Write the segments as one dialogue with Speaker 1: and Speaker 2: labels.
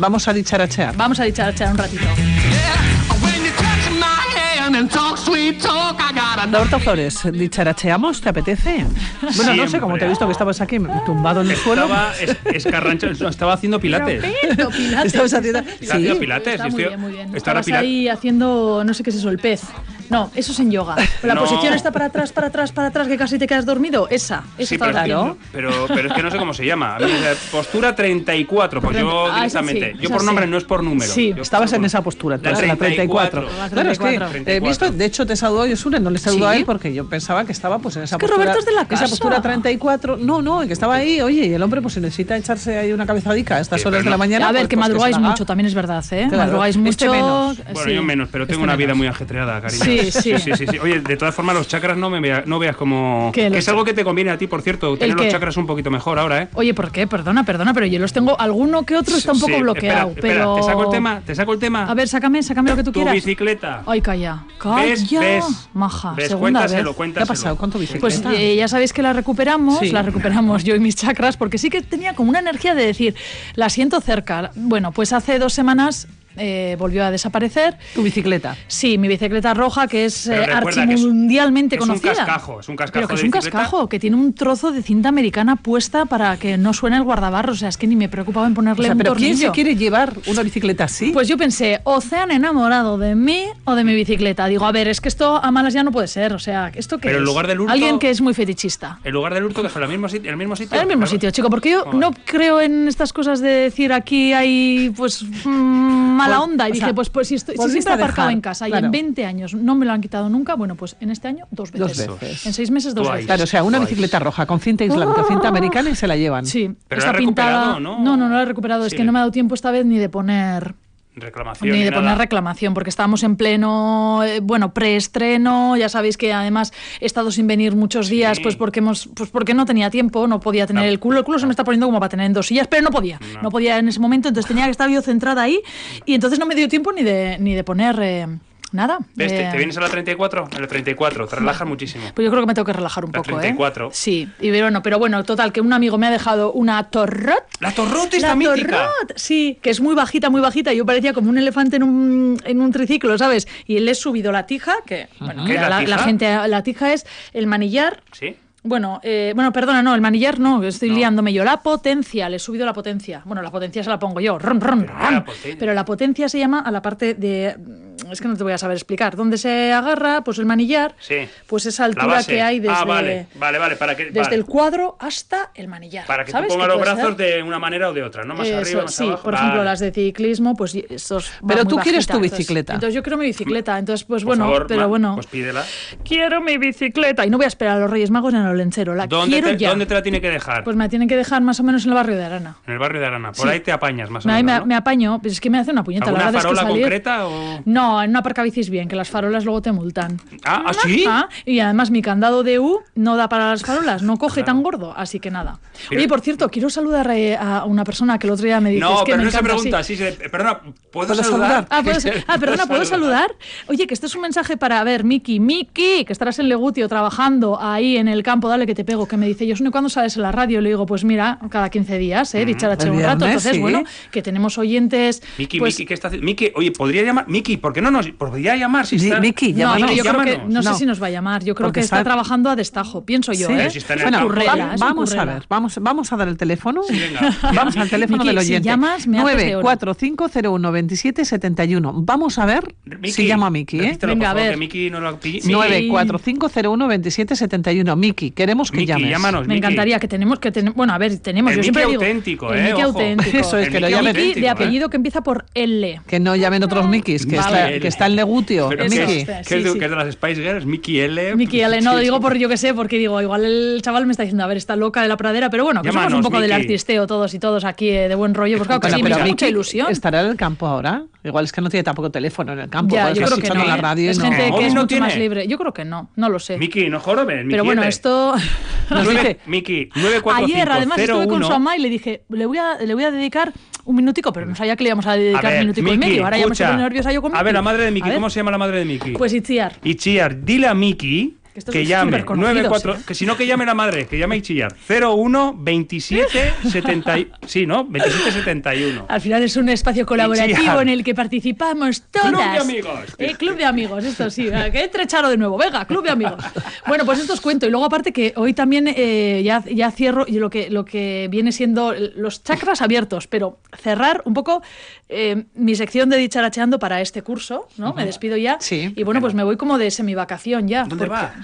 Speaker 1: Vamos a dicharachear.
Speaker 2: Vamos a dicharachear un ratito.
Speaker 1: Roberto Flores, dicharacheamos, ¿te apetece? Bueno, no sé,
Speaker 3: Siempre.
Speaker 1: como te he visto que estabas aquí tumbado en el suelo.
Speaker 3: Estaba es- escarrancho- no, estaba haciendo pilates.
Speaker 2: Roberto, Pilates.
Speaker 1: Estamos haciendo-
Speaker 3: Está haciendo
Speaker 1: Sí.
Speaker 3: pilates.
Speaker 2: Está
Speaker 3: yo
Speaker 2: muy
Speaker 3: estoy-
Speaker 2: bien, muy bien.
Speaker 3: está ahora
Speaker 2: Estabas
Speaker 3: pila-
Speaker 2: ahí haciendo, no sé qué es eso, el pez. No, eso es en yoga. La
Speaker 3: No.
Speaker 2: posición está para atrás, para atrás, para atrás, que casi te quedas dormido. Esa, esa
Speaker 3: Sí,
Speaker 2: estaba
Speaker 3: pero, es que-
Speaker 2: haciendo.
Speaker 3: pero, pero es que no sé cómo se llama. A mí me dice, postura 34, pues yo
Speaker 2: Ah, esa sí,
Speaker 3: directamente. yo
Speaker 2: esa
Speaker 3: por nombre,
Speaker 2: sí.
Speaker 3: no es por número.
Speaker 2: Sí,
Speaker 3: Yo-
Speaker 1: Estabas en esa postura, tú,
Speaker 3: La
Speaker 1: en la 34.
Speaker 3: 34.
Speaker 1: Claro, es que,
Speaker 2: 34.
Speaker 1: eh, visto, de hecho te saludó Yosune, no le saludó
Speaker 2: Sí.
Speaker 1: a él porque yo pensaba que estaba pues en esa
Speaker 2: Es que
Speaker 1: postura.
Speaker 2: Roberto es de la casa.
Speaker 1: Esa postura 34, no, no, que estaba ahí, oye, y el hombre pues si necesita echarse ahí una cabezadica a estas
Speaker 3: Sí,
Speaker 1: horas
Speaker 3: pero
Speaker 1: de la
Speaker 3: no.
Speaker 1: mañana.
Speaker 2: a ver,
Speaker 1: pues,
Speaker 2: que
Speaker 1: pues, se
Speaker 2: madrugáis
Speaker 1: la haga.
Speaker 2: mucho, también es verdad, ¿eh?
Speaker 1: Claro,
Speaker 2: Madrugáis
Speaker 1: este
Speaker 2: mucho.
Speaker 1: menos.
Speaker 3: Bueno,
Speaker 2: sí.
Speaker 3: yo menos, pero tengo
Speaker 2: Este
Speaker 3: una vida
Speaker 2: menos.
Speaker 3: muy ajetreada, cariño.
Speaker 2: Sí, sí.
Speaker 3: sí, sí, sí. Oye, de todas formas, los chakras no, me vea- no veas como...
Speaker 2: ¿Qué,
Speaker 3: Que
Speaker 2: los
Speaker 3: es algo que te conviene a ti, por cierto, tener los
Speaker 2: qué?
Speaker 3: chakras un poquito mejor ahora, ¿eh?
Speaker 2: Oye, ¿por qué? Perdona, perdona, pero yo los tengo. Alguno que otro está un poco
Speaker 3: Sí,
Speaker 2: bloqueado,
Speaker 3: espera, espera,
Speaker 2: pero.
Speaker 3: Te saco el tema, te saco el tema.
Speaker 2: A ver, sácame, sácame lo que tú
Speaker 3: tu
Speaker 2: quieras.
Speaker 3: bicicleta.
Speaker 2: Ay, calla. Calla.
Speaker 3: ¿Ves? ¿Ves?
Speaker 2: Maja,
Speaker 3: ¿Ves?
Speaker 2: segunda vez.
Speaker 3: cuéntaselo,
Speaker 1: ¿Qué ha
Speaker 3: cuéntaselo.
Speaker 1: pasado con tu bicicleta?
Speaker 2: Pues eh, ya sabéis que la recuperamos,
Speaker 1: Sí.
Speaker 2: la recuperamos yo y mis chakras, porque sí que tenía como una energía de decir, la siento cerca. Bueno, pues hace dos semanas eh, volvió a desaparecer.
Speaker 1: tu bicicleta.
Speaker 2: Sí, mi bicicleta roja, que es
Speaker 3: Pero
Speaker 2: eh,
Speaker 3: recuerda que es-
Speaker 2: archimundialmente
Speaker 3: es un
Speaker 2: conocida.
Speaker 3: cascajo, es un cascajo
Speaker 2: Pero que
Speaker 3: de
Speaker 2: es un
Speaker 3: bicicleta.
Speaker 2: cascajo, que tiene un trozo de cinta americana puesta para que no suene el guardabarro. O sea, es que ni me preocupaba en
Speaker 1: O
Speaker 2: ponerle
Speaker 1: sea,
Speaker 2: un
Speaker 1: pero ¿quién se
Speaker 2: tornillo.
Speaker 1: quiere llevar una bicicleta así?
Speaker 2: Pues yo pensé, o se han enamorado de mí o de mi bicicleta. Digo, a ver, es que esto a malas ya no puede ser. O sea, ¿esto qué
Speaker 3: Pero en
Speaker 2: es?
Speaker 3: lugar del hurto-
Speaker 2: Alguien que es muy fetichista.
Speaker 3: El lugar del hurto, que fue el mismo sitio. El mismo sitio,
Speaker 2: En el mismo
Speaker 3: Claro.
Speaker 2: sitio, chico, porque yo
Speaker 3: Joder.
Speaker 2: no creo en estas cosas de decir aquí hay pues mm, mala
Speaker 1: Vol-
Speaker 2: onda. Y
Speaker 1: o
Speaker 2: dije,
Speaker 1: sea,
Speaker 2: pues, pues si, estoy, si
Speaker 1: volviste
Speaker 2: está
Speaker 1: a dejar,
Speaker 2: aparcado en casa y
Speaker 1: claro.
Speaker 2: en 20 años no me lo han quitado nunca, bueno, pues en este año dos
Speaker 1: Dos
Speaker 2: veces.
Speaker 1: veces.
Speaker 2: En seis meses dos
Speaker 3: Guay.
Speaker 2: veces.
Speaker 1: Claro, o sea, una
Speaker 3: Guay.
Speaker 1: bicicleta roja con cinta aislante, cinta americana y se la llevan.
Speaker 2: Ah. Sí,
Speaker 3: Pero
Speaker 2: está
Speaker 3: la has
Speaker 2: pintada.
Speaker 3: recuperado, ¿no?
Speaker 2: no, no, no la he recuperado. Es
Speaker 3: Sí.
Speaker 2: que no me ha dado tiempo esta vez ni de poner
Speaker 3: Reclamación.
Speaker 2: ni
Speaker 3: ni
Speaker 2: de
Speaker 3: nada.
Speaker 2: poner reclamación, porque estábamos en pleno, eh, bueno, preestreno, ya sabéis que además he estado sin venir muchos días, pues porque hemos, pues porque no tenía tiempo, no podía
Speaker 3: Ah.
Speaker 2: tener el culo, el culo se me está poniendo como para tener en dos sillas, pero no podía, no, podía en ese momento, entonces tenía que estar yo centrada ahí, y entonces no me dio tiempo ni de, ni de poner eh, nada.
Speaker 3: ¿Ves? Te,
Speaker 2: eh,
Speaker 3: te vienes a la 34? A la 34, te relajas muchísimo.
Speaker 2: pues yo creo que me tengo que relajar un
Speaker 3: La
Speaker 2: poco, ¿eh?
Speaker 3: 34.
Speaker 2: Sí, y bueno, pero bueno, total, que un amigo me ha dejado una torrot
Speaker 3: ¡La torrota está
Speaker 2: la
Speaker 3: mítica!
Speaker 2: Torrot, sí, que es muy bajita, muy bajita. Yo parecía como un elefante en un, en un triciclo, ¿sabes? Y le he subido la tija, que bueno,
Speaker 3: ¿Qué es
Speaker 2: ya
Speaker 3: la
Speaker 2: la,
Speaker 3: tija?
Speaker 2: la gente, la tija es el manillar.
Speaker 3: ¿Sí?
Speaker 2: Bueno, eh, bueno, perdona, no, el manillar no, estoy
Speaker 3: No.
Speaker 2: liándome yo. La potencia, le he subido la potencia. Bueno, la potencia se la pongo yo. rum, rum,
Speaker 3: Pero la
Speaker 2: rum.
Speaker 3: potencia.
Speaker 2: Pero la potencia se llama a la parte de. Es que no te voy a saber explicar. ¿Dónde se agarra? Pues el manillar.
Speaker 3: Sí.
Speaker 2: Pues esa
Speaker 3: La
Speaker 2: altura
Speaker 3: base.
Speaker 2: que hay desde.
Speaker 3: Ah, vale, vale, vale. Para que,
Speaker 2: Desde
Speaker 3: vale.
Speaker 2: el cuadro hasta el manillar.
Speaker 3: Para que tú
Speaker 2: ¿sabes?
Speaker 3: pongas los
Speaker 2: puede ser.
Speaker 3: brazos de una manera o de otra, ¿no? Más
Speaker 2: Eso,
Speaker 3: arriba, más
Speaker 2: sí,
Speaker 3: abajo.
Speaker 2: por ejemplo,
Speaker 3: Vale.
Speaker 2: las de ciclismo, pues y- esos. van
Speaker 1: Pero
Speaker 2: muy
Speaker 1: tú quieres
Speaker 2: bajita,
Speaker 1: tu
Speaker 2: entonces-
Speaker 1: bicicleta.
Speaker 2: Entonces, yo quiero mi bicicleta. Entonces, pues
Speaker 3: Por
Speaker 2: bueno,
Speaker 3: favor,
Speaker 2: pero
Speaker 3: ma-
Speaker 2: bueno.
Speaker 3: Pues pídela.
Speaker 2: Quiero mi bicicleta. Y no voy a esperar a los Reyes Magos en el Olenchero. La
Speaker 3: ¿Dónde
Speaker 2: quiero
Speaker 3: te,
Speaker 2: ya.
Speaker 3: ¿Dónde te la tiene que dejar?
Speaker 2: Pues me la tienen que dejar más o menos en el barrio de Arana.
Speaker 3: en el barrio de Arana. Por
Speaker 2: sí.
Speaker 3: ahí te apañas más o
Speaker 2: Me,
Speaker 3: menos.
Speaker 2: me,
Speaker 3: ¿no?
Speaker 2: me apaño, pero es que me hace una puñeta. La
Speaker 3: ¿Alguna
Speaker 2: verdad es que
Speaker 3: farola
Speaker 2: salir-
Speaker 3: concreta o...?
Speaker 2: No, en una aparcabicis bien, que las farolas luego te multan.
Speaker 3: Ah, ¿ah, sí?
Speaker 2: Ah, y además mi candado de U no da para las farolas, no coge tan gordo, así que nada.
Speaker 3: Pero-
Speaker 2: Oye, por cierto, quiero saludar eh, a una persona que el otro día me dijo
Speaker 3: No,
Speaker 2: que
Speaker 3: pero
Speaker 2: me
Speaker 3: no se
Speaker 2: encanta", sí.
Speaker 3: pregunta. Sí. se- eh, perdona, ¿puedo
Speaker 1: ¿Puedo
Speaker 3: saludar?
Speaker 1: saludar?
Speaker 2: Ah, ¿puedo sal- ah, perdona, ¿puedo saludar? Oye, que este es un mensaje para, a ver, Miki, Miki, que estarás en Legutio trabajando ahí en el campo, dale que te pego, que me dice, yo no cuándo sales en la radio, le digo, pues mira, cada 15 días,
Speaker 3: Mm,
Speaker 2: eh, dicharache
Speaker 1: el
Speaker 2: un rato,
Speaker 1: viernes,
Speaker 2: entonces,
Speaker 1: sí.
Speaker 2: bueno, que tenemos oyentes,
Speaker 3: Miki,
Speaker 2: pues,
Speaker 3: Miki, ¿qué está haciendo? Miki, oye, podría llamar. Miki, ¿por qué no nos.? Podría llamar si
Speaker 1: Sí,
Speaker 3: está.
Speaker 1: Miki,
Speaker 2: No,
Speaker 1: llámanos.
Speaker 2: pero yo creo que
Speaker 3: Llámanos.
Speaker 2: no, sé
Speaker 1: No.
Speaker 2: si nos va a llamar. Yo creo
Speaker 1: Porque
Speaker 2: que está,
Speaker 1: está-
Speaker 2: trabajando a destajo, pienso yo.
Speaker 1: Sí.
Speaker 3: Pero
Speaker 2: ¿eh?
Speaker 3: si está en el
Speaker 1: Bueno,
Speaker 3: campo.
Speaker 2: currela,
Speaker 1: va-
Speaker 2: es un
Speaker 1: vamos a
Speaker 2: currela.
Speaker 1: ver, vamos, vamos a dar el teléfono.
Speaker 3: Sí, venga.
Speaker 1: Vamos al teléfono
Speaker 2: Miki,
Speaker 1: del
Speaker 2: si
Speaker 1: oyente.
Speaker 2: llamas, me haces de oro.
Speaker 1: 945012771. Vamos a ver
Speaker 3: Miki,
Speaker 1: si llama Miki, ¿eh?
Speaker 3: repítelo,
Speaker 2: Venga, a
Speaker 3: por favor,
Speaker 2: ver.
Speaker 3: que Miki no lo pille.
Speaker 2: Sí. Nueve.
Speaker 1: 945012771. Miki, queremos que
Speaker 3: Miki,
Speaker 1: llames.
Speaker 3: llámanos.
Speaker 2: Me
Speaker 3: pues Miki.
Speaker 2: encantaría que tenemos que tener, bueno, a ver, tenemos,
Speaker 3: El
Speaker 2: yo siempre
Speaker 3: Miki
Speaker 2: digo
Speaker 3: auténtico,
Speaker 2: el
Speaker 3: ¿eh?
Speaker 2: Miki
Speaker 3: Ojo.
Speaker 2: auténtico.
Speaker 1: Eso es,
Speaker 3: El
Speaker 1: que lo
Speaker 3: Miki
Speaker 1: llamen.
Speaker 2: Miki de
Speaker 3: ¿eh?
Speaker 2: apellido que empieza por L.
Speaker 1: Que no llamen otros Mikis, que,
Speaker 2: Vale.
Speaker 1: está, que está en Legutio.
Speaker 3: Pero
Speaker 2: Eso
Speaker 1: Miki,
Speaker 3: que,
Speaker 2: es.
Speaker 3: que
Speaker 2: Sí,
Speaker 3: es de,
Speaker 2: sí.
Speaker 3: que es de las Spice Girls, Miki L.
Speaker 2: Miki L, no lo digo por yo que sé, porque digo, igual el chaval me está diciendo, a ver, está loca de la pradera, pero bueno, que somos un
Speaker 3: Llámanos,
Speaker 2: poco del
Speaker 3: Miki.
Speaker 2: artisteo todos y todos aquí eh, de buen rollo, pues claro que
Speaker 1: Bueno,
Speaker 2: sí, me
Speaker 1: pero
Speaker 2: hace mucha
Speaker 1: Miki
Speaker 2: ilusión.
Speaker 1: ¿Estará en el campo ahora? Igual es que no tiene tampoco teléfono en el campo.
Speaker 2: Ya,
Speaker 1: igual
Speaker 2: yo
Speaker 1: está
Speaker 2: creo que no.
Speaker 1: escuchando la
Speaker 2: ¿eh?
Speaker 1: radio y
Speaker 2: es
Speaker 1: no-
Speaker 2: gente que
Speaker 3: Móvil
Speaker 2: es
Speaker 3: no
Speaker 2: mucho más
Speaker 3: tiene.
Speaker 2: libre. Yo creo que no, no lo sé.
Speaker 3: Miki, no jorobes. Miki
Speaker 2: pero bueno,
Speaker 3: L.
Speaker 2: esto
Speaker 1: Nos
Speaker 3: Nueve-
Speaker 1: dice-
Speaker 3: Miki,
Speaker 2: Ayer, además, estuve con su
Speaker 3: 94501.
Speaker 2: mamá y le dije, le voy a, le voy a dedicar un minutico, pero no sabía que le íbamos a dedicar un minutico eh, y
Speaker 3: Miki,
Speaker 2: medio. Ahora ya me
Speaker 3: escucha.
Speaker 2: estoy poniendo nerviosa yo con
Speaker 3: A ver, la madre de Miki,
Speaker 2: A ver.
Speaker 3: ¿cómo se llama la madre de Miki?
Speaker 2: Pues Itziar.
Speaker 3: Itziar, dile a Miki
Speaker 2: Que esto
Speaker 3: que
Speaker 2: es
Speaker 3: llame
Speaker 2: superconocido,
Speaker 3: 94,
Speaker 2: ¿sí?
Speaker 3: que si no que llame la madre, que llame y chillar. 01 27 70 y- sí, ¿no? 27 71.
Speaker 2: Al final es un espacio colaborativo
Speaker 3: Chillán.
Speaker 2: en el que participamos
Speaker 3: Club
Speaker 2: todas.
Speaker 3: de amigos.
Speaker 2: Eh, club de amigos, esto sí. ah, Que entre Charo de nuevo. Venga, club de amigos. Bueno, pues esto os cuento. Y luego aparte que hoy también eh, ya, ya cierro y lo que, lo que viene siendo los chakras abiertos, pero cerrar un poco eh, mi sección de dicharacheando para este curso, ¿no? Me despido ya.
Speaker 1: Sí.
Speaker 2: Y bueno, pues me voy como de semivacación ya.
Speaker 3: ¿Dónde
Speaker 2: porque-
Speaker 3: vas?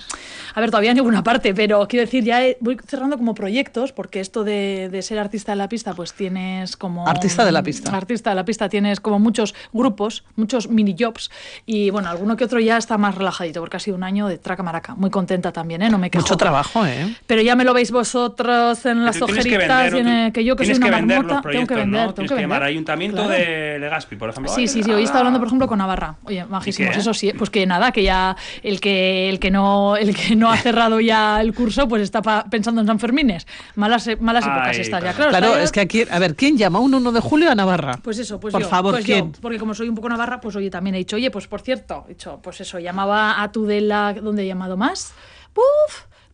Speaker 2: a ver, todavía en ninguna parte, pero quiero decir, ya eh, voy cerrando como proyectos, porque esto de, de ser artista de la pista, pues tienes como...
Speaker 1: Artista de la pista.
Speaker 2: Artista de la pista, tienes como muchos grupos, muchos mini jobs, y bueno, alguno que otro ya está más relajadito, porque ha sido un año de traca maraca. Muy contenta también, ¿eh? No me quejo.
Speaker 1: Mucho trabajo, ¿eh?
Speaker 2: Pero ya me lo veis vosotros en las
Speaker 3: Tú tienes que
Speaker 2: ojeritas,
Speaker 3: vender,
Speaker 2: y en
Speaker 3: tú-
Speaker 2: el que yo que soy
Speaker 3: tienes
Speaker 2: una
Speaker 3: que vender
Speaker 2: marmota,
Speaker 3: los
Speaker 2: tengo que
Speaker 3: proyectos, ¿no?
Speaker 2: vender, tengo
Speaker 3: Tienes
Speaker 2: que
Speaker 3: que llamar
Speaker 2: vender.
Speaker 3: al ayuntamiento
Speaker 2: Claro.
Speaker 3: de Legazpi, por ejemplo.
Speaker 2: Sí, sí, sí. Hoy estaba hablando, por ejemplo, con Navarra. Oye,
Speaker 3: ¿Y
Speaker 2: majísimos.
Speaker 3: qué?
Speaker 2: Eso sí, pues que nada, que ya el que el que no el que no ha cerrado ya el curso, pues está pa- pensando en San Fermines. Malas, eh, malas
Speaker 3: Ay,
Speaker 2: épocas estas ya,
Speaker 3: claro.
Speaker 2: claro.
Speaker 1: Claro,
Speaker 2: está ya-
Speaker 1: es que aquí, a ver, ¿quién llama un 1 de julio a Navarra?
Speaker 2: Pues eso, pues
Speaker 1: Por
Speaker 2: yo,
Speaker 1: favor,
Speaker 2: pues
Speaker 1: ¿quién?
Speaker 2: yo, porque como soy un poco navarra, pues oye, también he dicho, oye, pues por cierto, he dicho, pues eso, llamaba a Tudela, ¿dónde he llamado más? ¡Puf!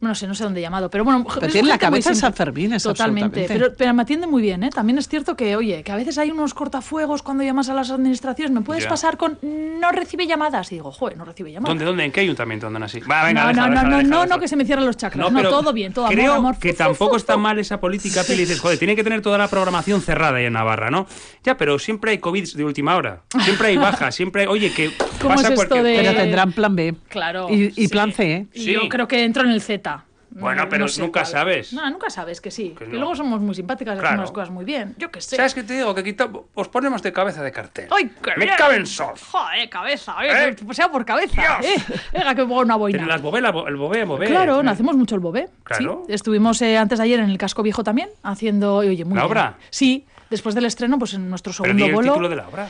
Speaker 2: No sé, no sé dónde he llamado, pero bueno...
Speaker 1: Pero
Speaker 2: es
Speaker 1: tiene la
Speaker 2: gente muy
Speaker 1: cabeza en
Speaker 2: simple.
Speaker 1: San Fermín, es
Speaker 2: Pues Totalmente,
Speaker 1: absolutamente.
Speaker 2: pero, pero me atiende muy bien, ¿eh? También es cierto que, oye, que a veces hay unos cortafuegos cuando llamas a las administraciones, me puedes
Speaker 3: Ya.
Speaker 2: pasar con no recibe llamadas, y digo, joder, no recibe llamadas.
Speaker 3: ¿Dónde, dónde? ¿En qué ayuntamiento andan así? Va, venga,
Speaker 2: no,
Speaker 3: deja,
Speaker 2: no,
Speaker 3: deja,
Speaker 2: no,
Speaker 3: deja,
Speaker 2: no,
Speaker 3: deja.
Speaker 2: no, que se me cierran los chakras. No,
Speaker 3: pero
Speaker 2: todo bien, todo amor,
Speaker 3: creo
Speaker 2: amor.
Speaker 3: que
Speaker 2: Fu, fu,
Speaker 3: tampoco
Speaker 2: fu,
Speaker 3: está
Speaker 2: fu.
Speaker 3: mal esa política, Pili. Dices, joder, tiene que tener toda la programación cerrada ahí en Navarra, ¿no? Ya, pero siempre hay COVID de última hora. Siempre hay bajas, siempre hay... Oye, que
Speaker 2: ¿Cómo
Speaker 3: pasa
Speaker 2: es esto
Speaker 3: cualquier
Speaker 2: de-
Speaker 3: cosa.
Speaker 1: Pero tendrán plan B.
Speaker 2: eh, Claro.
Speaker 1: Y, y
Speaker 2: sí.
Speaker 1: plan C, ¿eh?
Speaker 2: Y
Speaker 3: Sí.
Speaker 2: yo creo que entro en el Z.
Speaker 3: Bueno, pero nunca
Speaker 2: cuál.
Speaker 3: sabes.
Speaker 2: No, nunca sabes que sí.
Speaker 3: Que
Speaker 2: Que,
Speaker 3: no.
Speaker 2: luego somos muy simpáticas y
Speaker 3: Claro.
Speaker 2: hacemos las cosas muy bien. Yo qué sé.
Speaker 3: ¿Sabes qué te digo? Que quita- os ponemos de cabeza de cartel.
Speaker 2: ¡Ay, qué
Speaker 3: ¡Me
Speaker 2: bien!
Speaker 3: caben sol!
Speaker 2: Joder, cabeza. oye,
Speaker 3: ¿Eh?
Speaker 2: que sea por cabeza.
Speaker 3: ¡Dios!
Speaker 2: eh. Venga, que pongo una
Speaker 3: Pero
Speaker 2: boina.
Speaker 3: las bobé, la bo- el bobé, bobé.
Speaker 2: Claro,
Speaker 3: Eh,
Speaker 2: hacemos mucho el bobé.
Speaker 3: Claro.
Speaker 2: sí. Estuvimos eh, antes de ayer en el casco viejo también, haciendo. y Oye, muy
Speaker 3: ¿La
Speaker 2: bien.
Speaker 3: obra?
Speaker 2: Sí. Después del estreno, pues en nuestro
Speaker 3: Pero
Speaker 2: segundo
Speaker 3: di el
Speaker 2: bolo.
Speaker 3: título de la obra.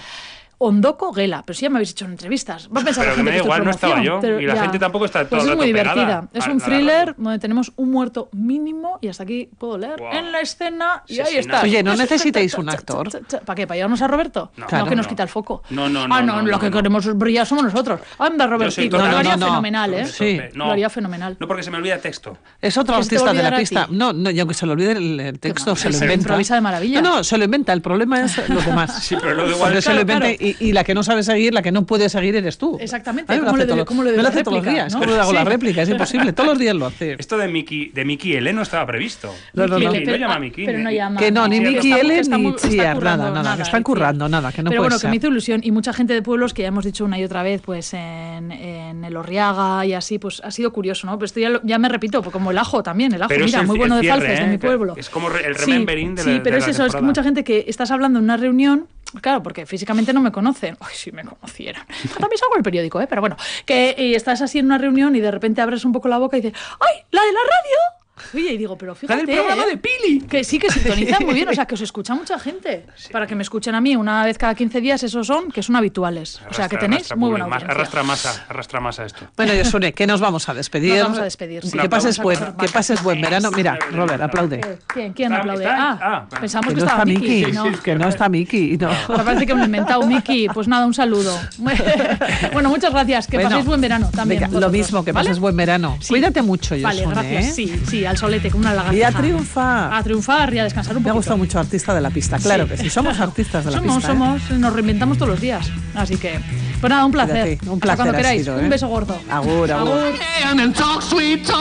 Speaker 2: Ondoko Gela, pero si ya me habéis hecho en entrevistas. Va a pensar
Speaker 3: Pero
Speaker 2: la
Speaker 3: que
Speaker 2: gente
Speaker 3: me
Speaker 2: esto
Speaker 3: da
Speaker 2: es
Speaker 3: igual, no estaba
Speaker 2: promoción,
Speaker 3: yo,
Speaker 2: pero
Speaker 3: y la gente tampoco está todo
Speaker 2: Pues
Speaker 3: el
Speaker 2: es muy
Speaker 3: rato pegada
Speaker 2: divertida. Es
Speaker 3: a-
Speaker 2: un
Speaker 3: a la
Speaker 2: thriller
Speaker 3: radio.
Speaker 2: donde tenemos un muerto mínimo y hasta aquí puedo leer
Speaker 3: Wow.
Speaker 2: en la escena y ahí
Speaker 3: Asesinato.
Speaker 2: está.
Speaker 1: Oye, ¿no necesitáis un actor?
Speaker 2: ¿Para qué? ¿Para llevarnos a Roberto?
Speaker 3: No,
Speaker 2: No,
Speaker 1: Claro.
Speaker 2: que nos
Speaker 3: no.
Speaker 2: quita el foco.
Speaker 3: No, no,
Speaker 2: Ah,
Speaker 3: no,
Speaker 2: no,
Speaker 3: no,
Speaker 2: lo
Speaker 3: no,
Speaker 2: que
Speaker 3: no.
Speaker 2: queremos brillar somos nosotros. Anda,
Speaker 3: soy
Speaker 2: Robertito,
Speaker 3: torpe.
Speaker 2: lo haría
Speaker 1: No, no, no.
Speaker 2: fenomenal, ¿eh?
Speaker 1: Sí.
Speaker 3: No.
Speaker 2: Lo haría fenomenal.
Speaker 3: No, porque se me olvida texto.
Speaker 1: Es otro
Speaker 2: Que se
Speaker 1: artista
Speaker 2: te
Speaker 1: de la
Speaker 2: olvidara a
Speaker 1: pista.
Speaker 2: ti.
Speaker 1: No, no, y aunque se le olvide el, el texto,
Speaker 2: va,
Speaker 1: se lo
Speaker 2: se
Speaker 1: inventa.
Speaker 2: improvisa de maravilla.
Speaker 1: No, no, se lo inventa. El problema es los demás.
Speaker 3: Sí, pero lo de igual-
Speaker 1: Porque se lo
Speaker 2: Claro,
Speaker 1: inventa y, y la que no sabe seguir, la que no puede seguir, eres tú.
Speaker 2: Exactamente,
Speaker 1: Ay, me lo
Speaker 2: ¿cómo
Speaker 1: hace
Speaker 2: le doy-
Speaker 1: todo-
Speaker 2: cómo le doy
Speaker 1: me lo
Speaker 2: la
Speaker 1: hace todos los
Speaker 2: réplica,
Speaker 1: días.
Speaker 2: no?
Speaker 1: ¿Cómo le hago la
Speaker 2: Sí.
Speaker 1: réplica? Es imposible. Todos los días lo hace.
Speaker 3: Esto de Miki, de Miki L no estaba previsto.
Speaker 1: No, no,
Speaker 3: Miki
Speaker 1: no.
Speaker 3: L,
Speaker 2: Pero-
Speaker 3: llama a
Speaker 2: ah,
Speaker 3: Miki.
Speaker 2: pero no
Speaker 3: eh,
Speaker 2: llama.
Speaker 1: Que no, ni
Speaker 2: Que
Speaker 1: Miki
Speaker 2: está- que
Speaker 1: L
Speaker 2: está
Speaker 1: ni
Speaker 2: muy- está
Speaker 1: Chiar,
Speaker 2: currando,
Speaker 1: nada, nada,
Speaker 2: nada,
Speaker 1: que están
Speaker 2: sí.
Speaker 1: currando, nada, que no
Speaker 2: Pero
Speaker 1: puede
Speaker 2: bueno, que
Speaker 1: ser.
Speaker 2: me hizo ilusión y mucha gente de pueblos que ya hemos dicho una y otra vez, pues en, en el Orriaga y así, pues ha sido curioso, ¿no? Pero esto ya, lo- ya me repito, pues como el ajo también, el ajo,
Speaker 3: Pero es
Speaker 2: mira,
Speaker 3: el-
Speaker 2: muy
Speaker 3: el
Speaker 2: bueno de
Speaker 3: cierre,
Speaker 2: Falces,
Speaker 3: ¿eh?
Speaker 2: de mi pueblo.
Speaker 3: Es como re- el
Speaker 2: Sí,
Speaker 3: remembering de la-
Speaker 2: Sí, pero
Speaker 3: de
Speaker 2: es eso,
Speaker 3: la
Speaker 2: es que
Speaker 3: temporada.
Speaker 2: mucha gente que estás hablando en una reunión, claro, porque físicamente no me conocen. Ay, si me conocieran. Yo También salgo en el periódico, ¿eh? Pero bueno, que y estás así en una reunión y de repente abres un poco la boca y dices, ¡ay, la de la radio! Oye, y digo, pero fíjate.
Speaker 3: del programa
Speaker 2: ¿eh?
Speaker 3: de Pili.
Speaker 2: Que sí, que sintonizan muy bien, o sea, que os escucha mucha gente. Para que me escuchen a mí una vez cada 15 días, esos son, que son habituales. o sea, que
Speaker 3: arrastra-
Speaker 2: tenéis
Speaker 3: arrastra
Speaker 2: muy buena
Speaker 3: público,
Speaker 2: audiencia.
Speaker 3: ma- Arrastra masa, arrastra masa esto.
Speaker 1: Bueno, Yosune, que nos vamos a despedir.
Speaker 2: Nos vamos a despedir, sí.
Speaker 1: Que pases,
Speaker 2: Vamos a
Speaker 1: buen,
Speaker 2: cortar
Speaker 1: que
Speaker 2: vaca.
Speaker 1: pases buen verano. Mira,
Speaker 3: Excelente.
Speaker 1: Robert, aplaude.
Speaker 2: Eh, ¿Quién, quién
Speaker 3: Está-
Speaker 2: aplaude?
Speaker 3: está- ah,
Speaker 2: ah,
Speaker 3: vale.
Speaker 2: pensamos
Speaker 1: Que
Speaker 2: que,
Speaker 1: no
Speaker 2: estaba
Speaker 1: está
Speaker 2: Miki.
Speaker 1: Miki,
Speaker 2: no.
Speaker 1: que no está Miki. No.
Speaker 2: Me parece que me lo he inventado, Miki. Pues nada, un saludo. bueno, muchas gracias. Que
Speaker 1: Bueno,
Speaker 2: paséis buen verano también.
Speaker 1: venga, lo
Speaker 2: vosotros,
Speaker 1: mismo, que
Speaker 2: ¿vale?
Speaker 1: pases buen verano.
Speaker 2: Sí.
Speaker 1: Cuídate mucho, Yosune.
Speaker 2: Vale, gracias.
Speaker 1: ¿eh?
Speaker 2: Sí, sí, al solete, como una lagartija.
Speaker 1: Y a triunfar.
Speaker 2: A triunfar y a descansar un
Speaker 1: Me ha
Speaker 2: poco.
Speaker 1: gustado mucho Artista de la Pista. Claro
Speaker 2: Sí.
Speaker 1: que sí, somos artistas de la
Speaker 2: somos,
Speaker 1: pista. ¿eh?
Speaker 2: somos, nos reinventamos todos los días. Así que, pues nada, un placer.
Speaker 1: Cuídate, un
Speaker 2: Hasta
Speaker 1: placer
Speaker 2: cuando
Speaker 1: ha
Speaker 2: queráis.
Speaker 1: sido, ¿eh?
Speaker 2: Un beso gordo.
Speaker 1: Agur, agur.
Speaker 2: Agur.
Speaker 4: and talk sweet talk.